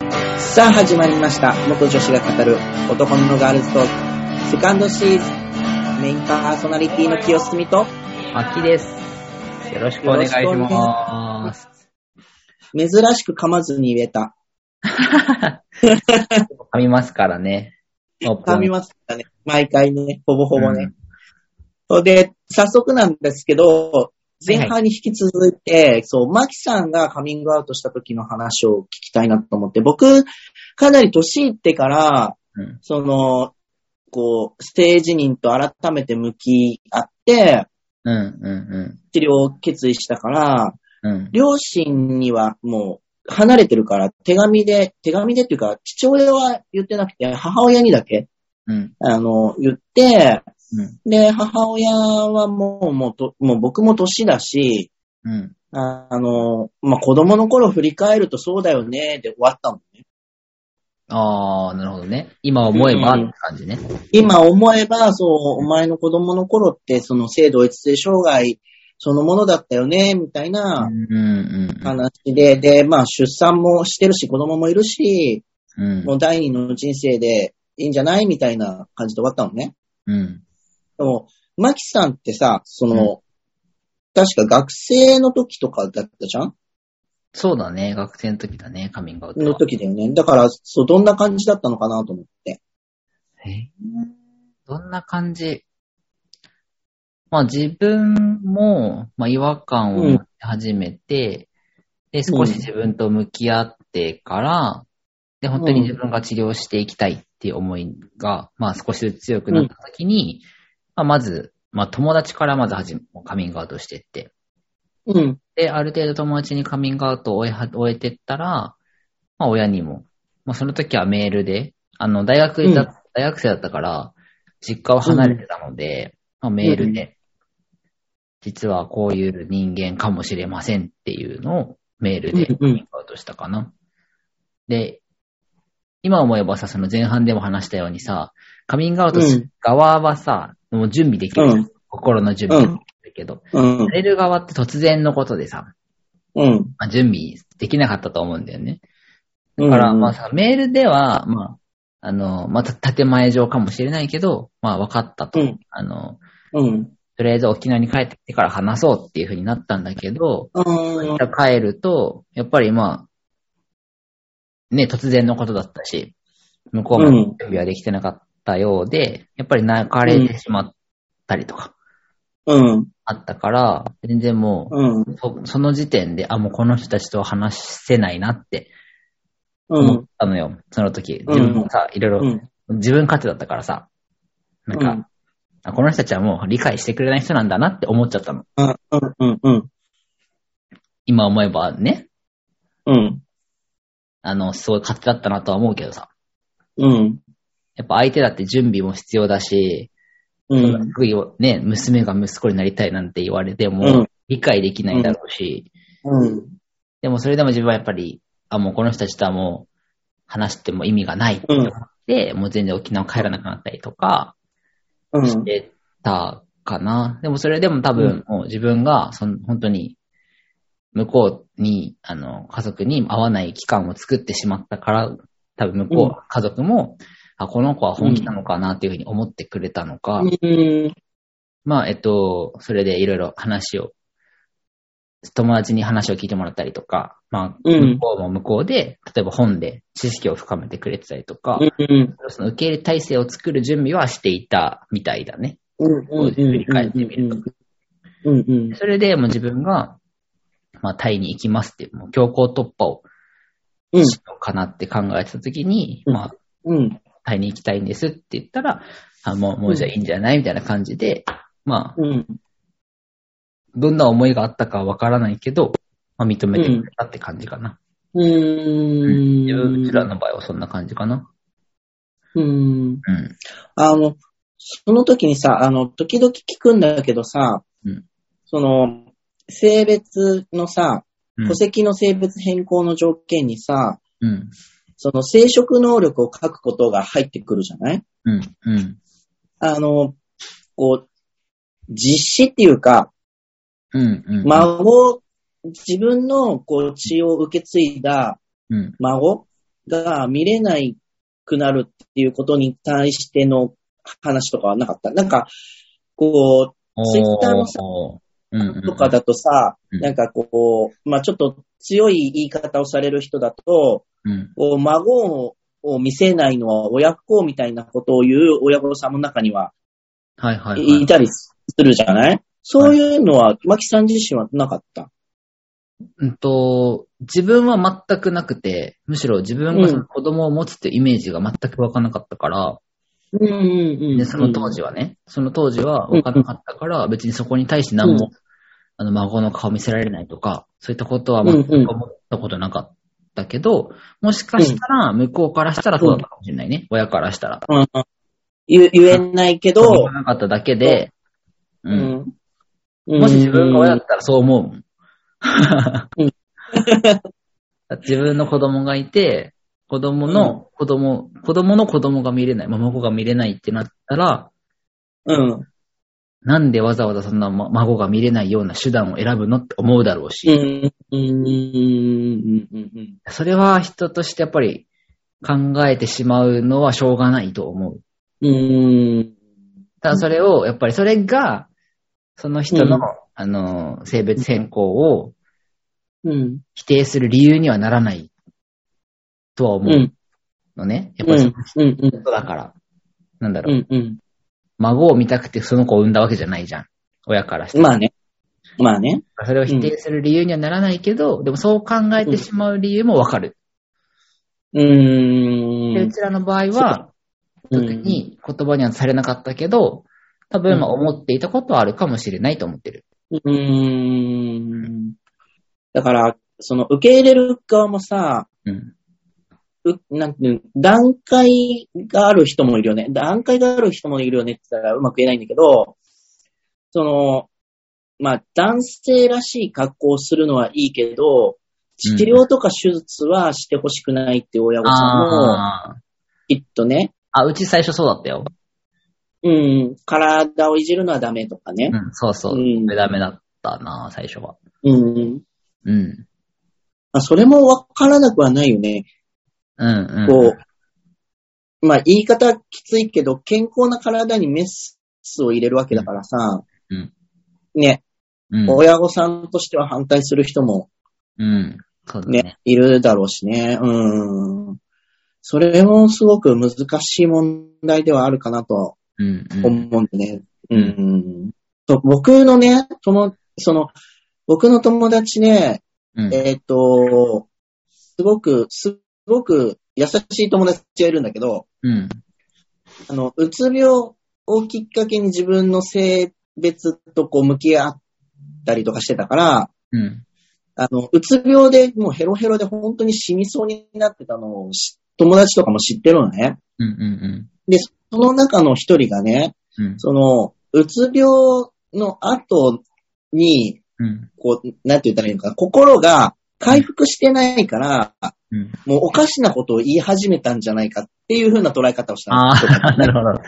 さあ始まりました元女子が語る男のガールズトークセカンドシーズンメインパーソナリティの清澄と秋です。よろしくお願いします。珍しく噛まずに言えた噛みますからね。噛みまますからね毎回ねほぼほぼね、それで早速なんですけど前半に引き続いて、そう、マキさんがカミングアウトした時の話を聞きたいなと思って、僕、かなり年いってから、うん。その、こう、ステージ人と改めて向き合って、うん、う治療を決意したから、ん、うん。うん。両親にはもう離れてるから、手紙で、手紙でっていうか、父親は言ってなくて、母親にだけ、うん、あの、言って、うん、で、母親はもう、もうと、もう僕も年だし、うん。ああの、まあ、子供の頃振り返るとそうだよね、で終わったのね。あー、なるほどね。今思えばって感じね。今思えば、そう、お前の子供の頃って、その性同一性障害そのものだったよね、みたいなうん、うん、話で、で、まあ出産もしてるし、子供もいるし、うん。もう第二の人生でいいんじゃないみたいな感じで終わったのね。うん。でも、マキさんってさ、その、確か学生の時とかだったじゃんそうだね。学生の時だね、カミングアウトのは。時だよね。だから、そう、どんな感じだったのかなと思って。えーどんな感じまあ自分も、まあ、違和感を持ち始めて、で、少し自分と向き合ってから、で、本当に自分が治療していきたいっていう思いが、まあ少しずつ強くなった時に、まあまず、まあ友達からまず始め、カミングアウトしてって。うん。で、ある程度友達にカミングアウトを終えは終えてったら、まあ親にも、まあその時はメールで、あの、大学だ、うん大学生だったから、実家を離れてたので、まあメールで、実はこういう人間かもしれませんっていうのをメールでカうんうんミングアウトしたかな。で、今思えばさ、その前半でも話したようにさ、カミングアウトする側はさ、もう準備できるじゃん、うん心の準備うんだけど、うんさ。れる側って突然のことでさ、うん。まあ、準備できなかったと思うんだよね。だだから、まあ、さ、メールでは、まあ、あの、また建前上かもしれないけど、まあ分かったと。うんあの、うん。とりあえず沖縄に帰ってきてから話そうっていう風になったんだけど、うん。帰ると、やっぱりまあ、ね、突然のことだったし、向こうも準備はできてなかったようで、やっぱり泣かれてしまったりとか、うん。あったから、全然もう、うん。そその時点で、あ、もうこの人たちとは話せないなってう思っん。たのよ、その時。うん自分もさ、いろういん。ろ、自分勝手だったからさ、なんか、うんあこの人たちはもう理解してくれない人なんだなって思っちゃったの。うん。うん。うん。今思えばね、うん。あの、すごい勝手だったなとは思うけどさ、うん。やっぱ相手だって準備も必要だし、う。そんなん福井をね、娘が息子になりたいなんて言われてうもん、理解できないだろうし、うん。でもそれでも自分はやっぱり、あ、もうこの人たちとはもう話しても意味がないって思って、もう全然沖縄帰らなくなったりとかうんしてたかな。でもそれでも多分もう自分がその本当に向こうに、あの、家族に合わない期間を作ってしまったから、多分向こう、うん家族も、あ、この子は本気なのかなっていうふうに思ってくれたのか、うん。まあ、えっと、それでいろいろ話を、友達に話を聞いてもらったりとか、まあ、うん向こうも向こうで、例えば本で知識を深めてくれてたりとか、うん。その受け入れ体制を作る準備はしていたみたいだね。うん。うん。うん。それでもう自分が、まあ、タイに行きますっていう、もう強行突破をうん。しようかなって考えてた時に、うんまあ、うん。タイに行きたいんですって言ったら、あもう、もうじゃあいいんじゃないみたいな感じで、まあ、うん。どんな思いがあったかはわからないけど、まあ、認めてくれたって感じかな。うん。うちらの場合はそんな感じかな。うん。うん。あの、その時にさ、あの、時々聞くんだけどさ、その、性別のさ、うん戸籍の性別変更の条件にさ、うん。その生殖能力を書くことが入ってくるじゃないうん。うん。あの、こう、実施っていうか、うん。うん。孫、自分のこう血を受け継いだうん。孫が見れないくなるっていうことに対しての話とかはなかった。なんか、こう、ツイッターのさ、おーうんうんうんとかだとさ、うんなんかこう、まあちょっと強い言い方をされる人だと、うんこう孫を見せないのは親不孝みたいなことを言う親御さんの中にははいはいはい。いたりするじゃないそういうのは、マキさん自身はなかった。うんと、自分は全くなくて、むしろ自分がその子供を持つっていうイメージが全くわかんなかったから、うんうんで、その当時はね、その当時はわかんなかったから、別にそこに対して何も、あの、孫の顔見せられないとか、そういったことは全く思ったことなかったけど、もしかしたら、向こうからしたらそうだったかもしれないね。親からしたら。うん言言えないけそうど思わ、なかっただけで、ううん。んもし自分が親だったらそう思うもん。うん 自分の子供がいて、子供の子供、子供の子供が見れない、まあ孫が見れないってなったら、うん。なんでわざわざそんなま孫が見れないような手段を選ぶのって思うだろうし、うん。うん。うん。うん。それは人としてやっぱり考えてしまうのはしょうがないと思う。うん。ただそれを、やっぱりそれが、その人の、うんあの、性別変更をうん。否定する理由にはならないとはうん。思う。うんのね。やっぱうりんその。うん。人だから、なんだろう、うん。孫を見たくてその子を産んだわけじゃないじゃん。親からして。まあね。まあね。それを否定する理由にはならないけど、でもそう考えてしまう理由もわかる。うー。でうんちらの場合は、うん特に言葉にはされなかったけど、多分まあ思っていたことはあるかもしれないと思ってる。うーん。だから、その、受け入れる側もさ、うん。う、なんていうの段階がある人もいるよね。段階がある人もいるよねって言ったらうまく言えないんだけど、その、まあ、男性らしい格好をするのはいいけど、うん治療とか手術はしてほしくないっていう親御さんも、ああ。きっとね、あ、うち最初そうだったよ。うん、体をいじるのはダメとかねう。ん、そうそう。うんダメだったな、最初は。うん。うん。まあ、それもわからなくはないよね。うん、うん。こう、まあ、言い方きついけど、健康な体にメスを入れるわけだからさ、うんね、うん。親御さんとしては反対する人もうん。そうだね、ね。いるだろうしね。うん。それもすごく難しい問題ではあるかなとうん、うん。思うんでね。うん。と僕のね、その、その、僕の友達ね、うん。えっ、と、すごく、すごく優しい友達がいるんだけど、うん。あの、うつ病をきっかけに自分の性別とこう向き合ったりとかしてたから、うん。あの、うつ病でもうヘロヘロで本当に死にそうになってたのをし友達とかも知ってるのね。うん、うん、その中の一人がね、うん。その、うつ病の後に、うん。こう、なんて言ったらいいのかな、心が回復してないから、うん。もうおかしなことを言い始めたんじゃないかっていう風な捉え方をしたのああ、なるほど。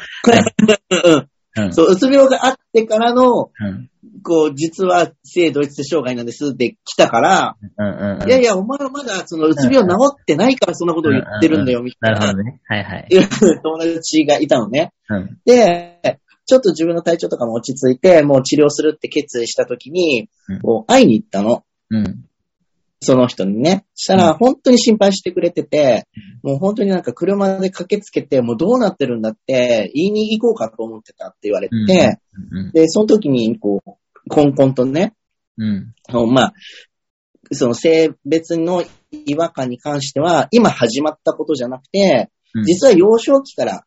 うんうん。そう、うつ病があってからの、うん。こう、実は性同一性障害なんですって来たから、うん。うん。うんいやいや、お前はまだ、その、うつ病治ってないからそんなことを言ってるんだよ、みたないるなほ、どね。はいはい。友達がいたのね。うん。で、ちょっと自分の体調とかも落ち着いて、もう治療するって決意した時にうん、こう、会いに行ったの。うん。その人にね。したうら、本当に心配してくれてて、もう本当になんか車で駆けつけて、もうどうなってるんだって、言いに行こうかと思ってたって言われて、うんうん。で、その時に、こう、コンコンとね、うん。あのまあ、その性別の違和感に関しては、今始まったことじゃなくて、うん。実は幼少期から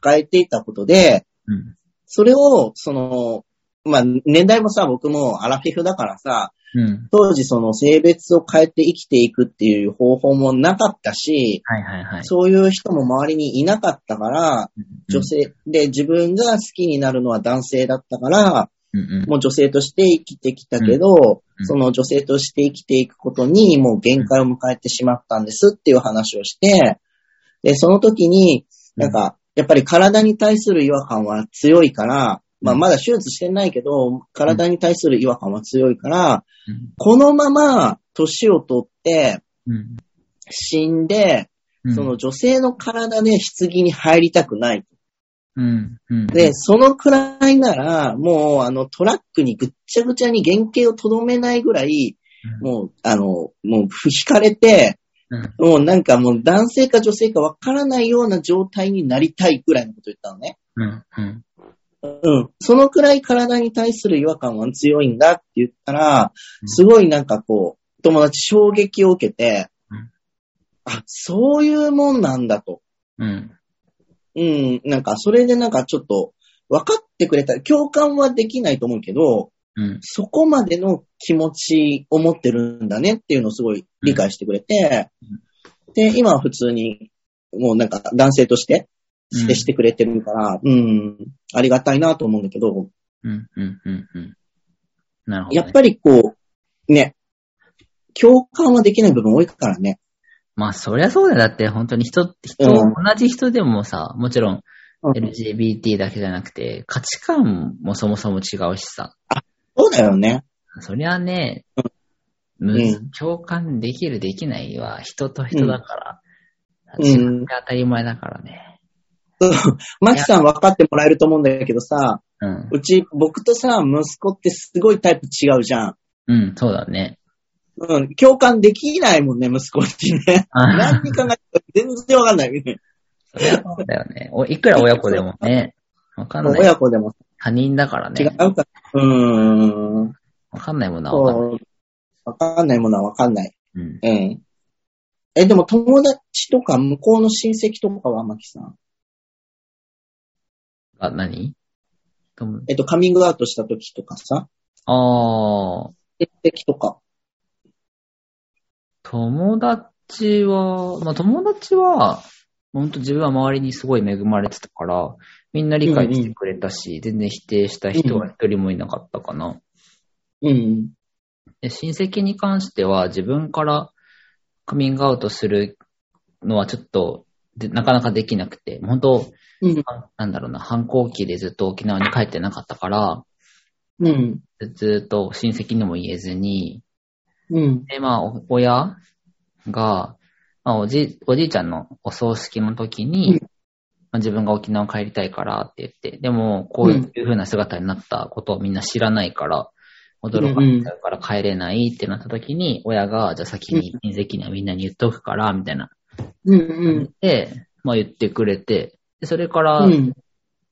抱えていたことで、うん。それを、その、まあ、年代もさ、僕もアラフィフだからさ、うん。当時その性別を変えて生きていくっていう方法もなかったし、はいはいはい。そういう人も周りにいなかったから、女性で自分が好きになるのは男性だったから、うん。うん。もう女性として生きてきたけど、うんその女性として生きていくことにもう限界を迎えてしまったんですっていう話をして、で、その時に、なんか、やっぱり体に対する違和感は強いから、まあうんまだ手術してないけど、体に対する違和感は強いから、うん。このまま年を取ってうん。死んで、うんその女性の体で棺に入りたくない。うん。うん。で、そのくらいなら、もう、あの、トラックにぐっちゃぐちゃに原型をとどめないぐらい、うん、もう、あの、もう、引かれて、うんもうなんかもう男性か女性かわからないような状態になりたいぐらいのこと言ったのね。うん。うん。うん。そのくらい体に対する違和感は強いんだって言ったらう、んすごいなんかこう、友達衝撃を受けてうん、あ、そういうもんなんだと。うん。うん、なんか、それでなんかちょっと、分かってくれた。共感はできないと思うけど、うん。そこまでの気持ちを持ってるんだねっていうのをすごい理解してくれて、で、今は普通に、もうなんか男性として接してくれてるから、うん、ありがたいなと思うんだけど、うん。うん。うん。うん。なるほど、やね。っぱりこう、ね、共感はできない部分多いからね。まあ、そりゃそうだよ。だって、本当に人、人、うん同じ人でもさ、もちろん、うん LGBT だけじゃなくて、価値観もそもそも違うしさ。そうだよね。そりゃね、むず共感できるできないは人と人だかうら、ん違って当たり前だからね。マキさん分かってもらえると思うんだけどさ、うん。うち、僕とさ、息子ってすごいタイプ違うじゃん。うん、そうだね。。うん、共感できないもんね、息子にね あ何に考えても全然わかんない。そりゃそうだよね。おいくら親子でもね、わかんない。親子でも他人だから違うかね。ら。うーん。わかんないものはわかんない。そう。わかんないものはわかんない。うん。うん。え、でも友達とか向こうの親戚とかは、マキさん。あ、何ともえっと、カミングアウトした時とかさ、あー、親戚とか。友達は、まあ友達は、本当自分は周りにすごい恵まれてたから、みんな理解してくれたし、全然否定した人は一人もいなかったかな。うん。で親戚に関しては自分からカミングアウトするのはちょっとでなかなかできなくて、本当、うん。あなんだろうな、反抗期でずっと沖縄に帰ってなかったから、うん。ずずっと親戚にも言えずに、うん。で、まあ、お親が、まあ、おじ、おじいちゃんのお葬式の時に、うんまあ、自分が沖縄帰りたいからって言って、でも、こういう風な姿になったことをみんな知らないから、驚かれちゃうから帰れないってなった時に、親が、じゃあ先に親戚にはみんなに言っとくから、みたいな。うん。で、まあ言ってくれて、でそれかうらん。うん。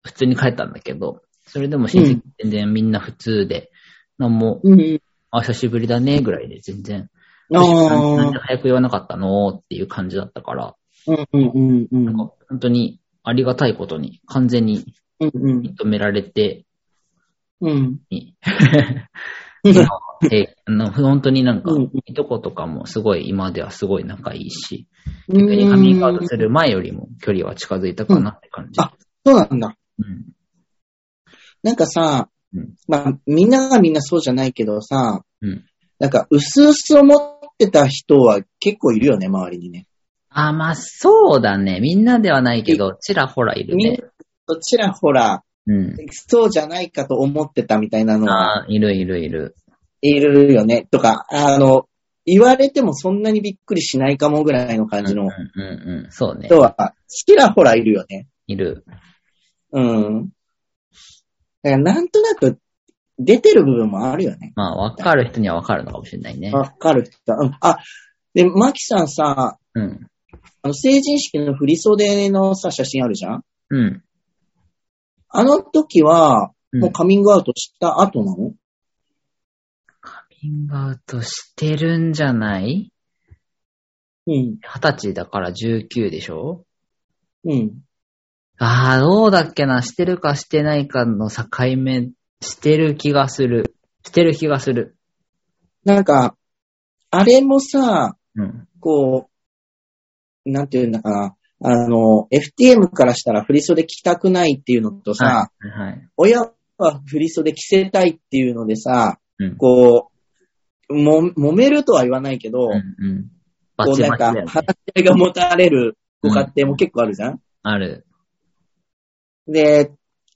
普通に帰ったんだけど、それでも親う戚ん全然みんな普通で、なんも、うん。あ、久しぶりだね、ぐらいで全然なんなあんであ。早く言わなかったのっていう感じだったから、うん。うん。うん。うなんん。か本当にありがたいことに完全にうん。認められて、うん。 にうん。であの本当になんかうん、いとことかもすごい今ではすごい仲いいし、う逆にカミングアウトんする前よりも距離は近づいたかなって感じ。うんあそうなんだ。うんなんかさうん、まあ、みんながみんなそうじゃないけどさ、うんなんか、うすうす思ってた人は結構いるよね、周りにね。あ、まあそうだね。みんなではないけど、ちらほらいるね。どちらほら、うん。そうじゃないかと思ってたみたいなのは、あーいるいるいる。いるよね。とか、あの、言われてもそんなにびっくりしないかもぐらいの感じうのんうんうん。そうね人。は、ちらほらいるよね。いる。うん。だから、なんとなく、出てる部分もあるよね。まあ、わかる人にはわかるのかもしれないね。わかる人。うん。あ、で、マキさんさ、うん。あの、成人式の振り袖のさ、写真あるじゃんうん。あの時は、うんもうカミングアウトした後なの、カミングアウトしてるんじゃないうん、二十歳だから19でしょうん。ああ、どうだっけな。してるかしてないかの境目、してる気がする。してる気がする。なんか、あれもさ、うん。こう、なんていうんだかな。あの、FTM からしたら振り袖着たくないっていうのとさ、はい。はい。親は振り袖着せたいっていうのでさ、うん。こう、も、揉めるとは言わないけど、うんうん。バこうチなんバチか、だよね話し合いが持たれるご家庭も結構あるじゃんある。で、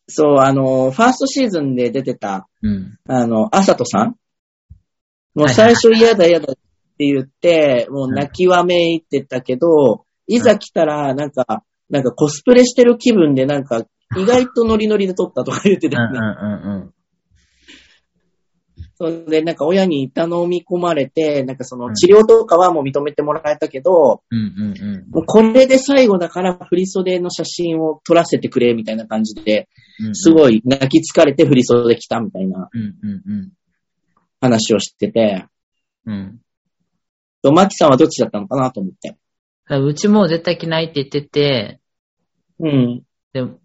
そう、あの、ファーストシーズンで出てた、うん。あの、あさとさんもうはいはい最初嫌だ嫌だって言って、もう泣きわめいてたけど、いざ来たら、なんか、なんかコスプレしてる気分で、なんか、意外とノリノリで撮ったとか言ってうんたよね。うんうんそれで、なんか親に頼み込まれて、なんかそうんの治療とかはもう認めてもらえたけど、うんうんうんもうこれで最後だから振り袖の写真を撮らせてくれみたいな感じで、うん。すごい泣き疲れて振り袖来たみたいなうんうん話をしてて、うん。うん。とマキさんはどっちだったのかなと思って。だからうちも絶対着ないって言ってて、うん。でも、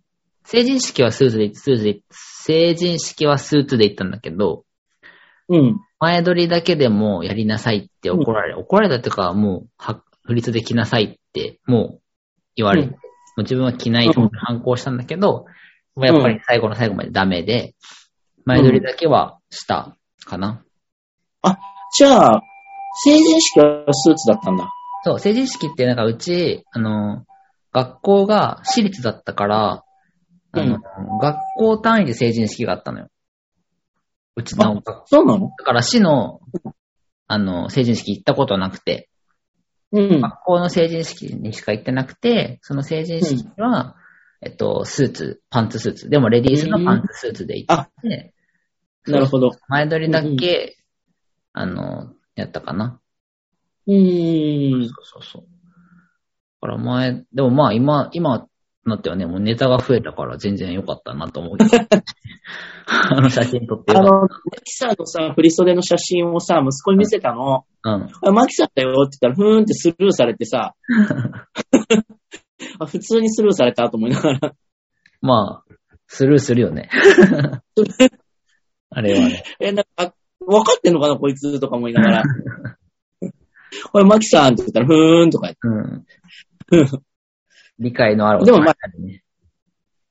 成人式はスーツで、スーツで、成人式はスーツで行ったんだけど、うん。前撮りだけでもやりなさいって怒られ、怒られたとか、もう、は、振り袖着なさいって、もう、言われて、うんもう自分は着ないと思って反抗したんだけど、まあやっぱり最後の最後までダメで、前撮りだけはした、かな。じゃあ、成人式はスーツだったんだ。そう、成人式ってなんかうち、あの、学校が私立だったから、あの、学校単位で成人式があったのよ。うちの学校。そうなのだから市の、あの、成人式行ったことなくて、うん。学校の成人式にしか行ってなくて、その成人式は、えっと、スーツ、パンツスーツ。でもレディースのパンツスーツで行って、なるほど。前撮りだけ、うんうあの、やったかな。うーん。そうそうそう。だから前、でもまあ今、今なってはね、もうネタが増えたから全然良かったなと思う けど。あの写真撮ってあよかっの、マキさんのさ、振り袖の写真をさ、息子に見せたの。た。うん。あマキさんだよって言ったら、ふーんってスルーされて さ、あ普通にスルーされたと思いながら。まあ、スルーするよ ね。あれはね。え、なんか、分かってんのかなこいつとか思いなが ら。これ、マキさんって言ったら、ふーんとか言って。うん。理解のある大人でもまあになるね。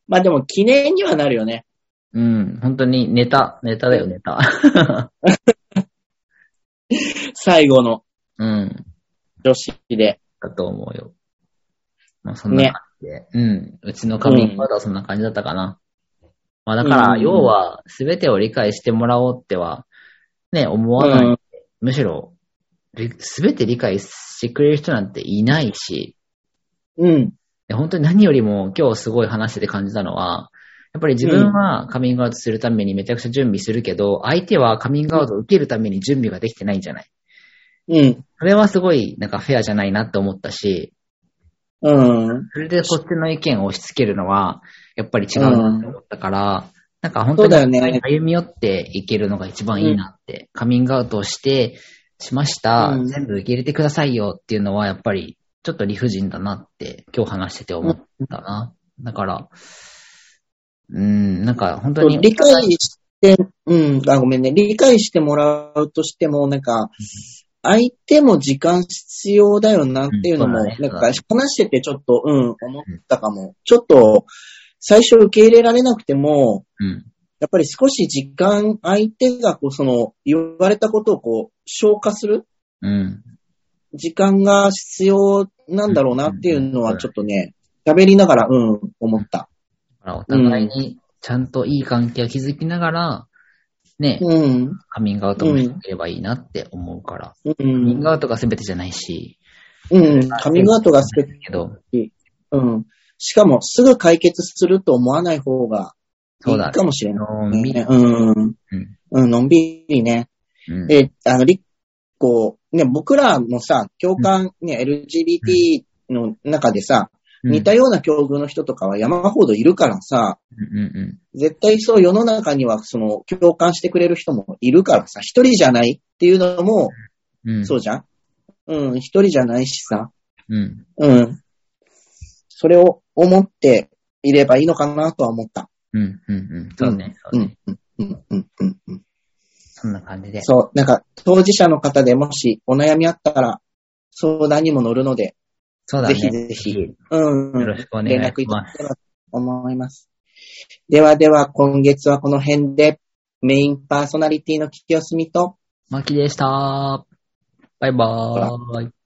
まあでも、記念にはなるよね。うん。本当にネタ、ネタだよ、ネタ。最後のうん。女子で。だと思うよ。まあ、そんな感じで。うん。うちのカミングアウトはそんな感じだったかな。まあ、だかうら、ん要は、すべてを理解してもらおうっては、ね、思わない。うんむしろ、すべて理解してくれる人なんていないし、うん。で本当に何よりも今日すごい話してて感じたのは、やっぱり自分はカミングアウトするためにめちゃくちゃ準備するけど、相手はカミングアウトを受けるために準備ができてないんじゃないうん。それはすごいなんかフェアじゃないなって思ったし、うん。それでこっちの意見を押し付けるのは、やっぱり違うなって思ったから、なんか本当そうだよねに歩み寄っていけるのが一番いいなって、カミングアウトをして、しました、うん全部受け入れてくださいよっていうのは、やっぱりちょっと理不尽だなって、今日話してて思ったな。だから、うん、なんか本当に、理解して、うん、あ、ごめんね。理解してもらうとしても、なんか、相手も時間必要だよなっていうのも、うんそうだなねんか話しててちょっと、うん、思ったかも。ちょっと、最初受け入れられなくても、うん、やっぱり少し時間、相手がこう、その、言われたことをこう、消化するうん、時間が必要なんだろうなっていうのは、ちょっとね、喋りながら、うん、思った。だからお互いにちゃんといい関係を築きながら、ね、うん、カミングアウトもしてければいいなって思うから、うカミンん、グアウトが全てじゃないし、うん、カミングアウトが素敵けど、うん。しかも、すぐ解決すると思わない方がいそういだねかもしれない、のんびりね。うん。うん、のんびりね。うんで、あの、りこう、ね、僕らもさ、共感、ね、LGBT の中でさ、似たような境遇の人とかは山ほどいるからさ、うんうん絶対そう世の中にはその共感してくれる人もいるからさ、一人じゃないっていうのも、うんうんそうじゃんうん、一人じゃないしさ、うん。うん。それを思っていればいいのかなとは思った。うん、うん、うん。そうね。そううねん、うん、うん、うんうん、うん。そんな感じで。そう、なんか、当事者の方でもしお悩みあったら、相談にも乗るので、そうだね。ぜひぜひようん、ろしくお願いし連絡いたまだす。ければと思います。ではでは、今月はこの辺で、メインパーソナリティの聞きよすみと、マキでした。バイバーイ。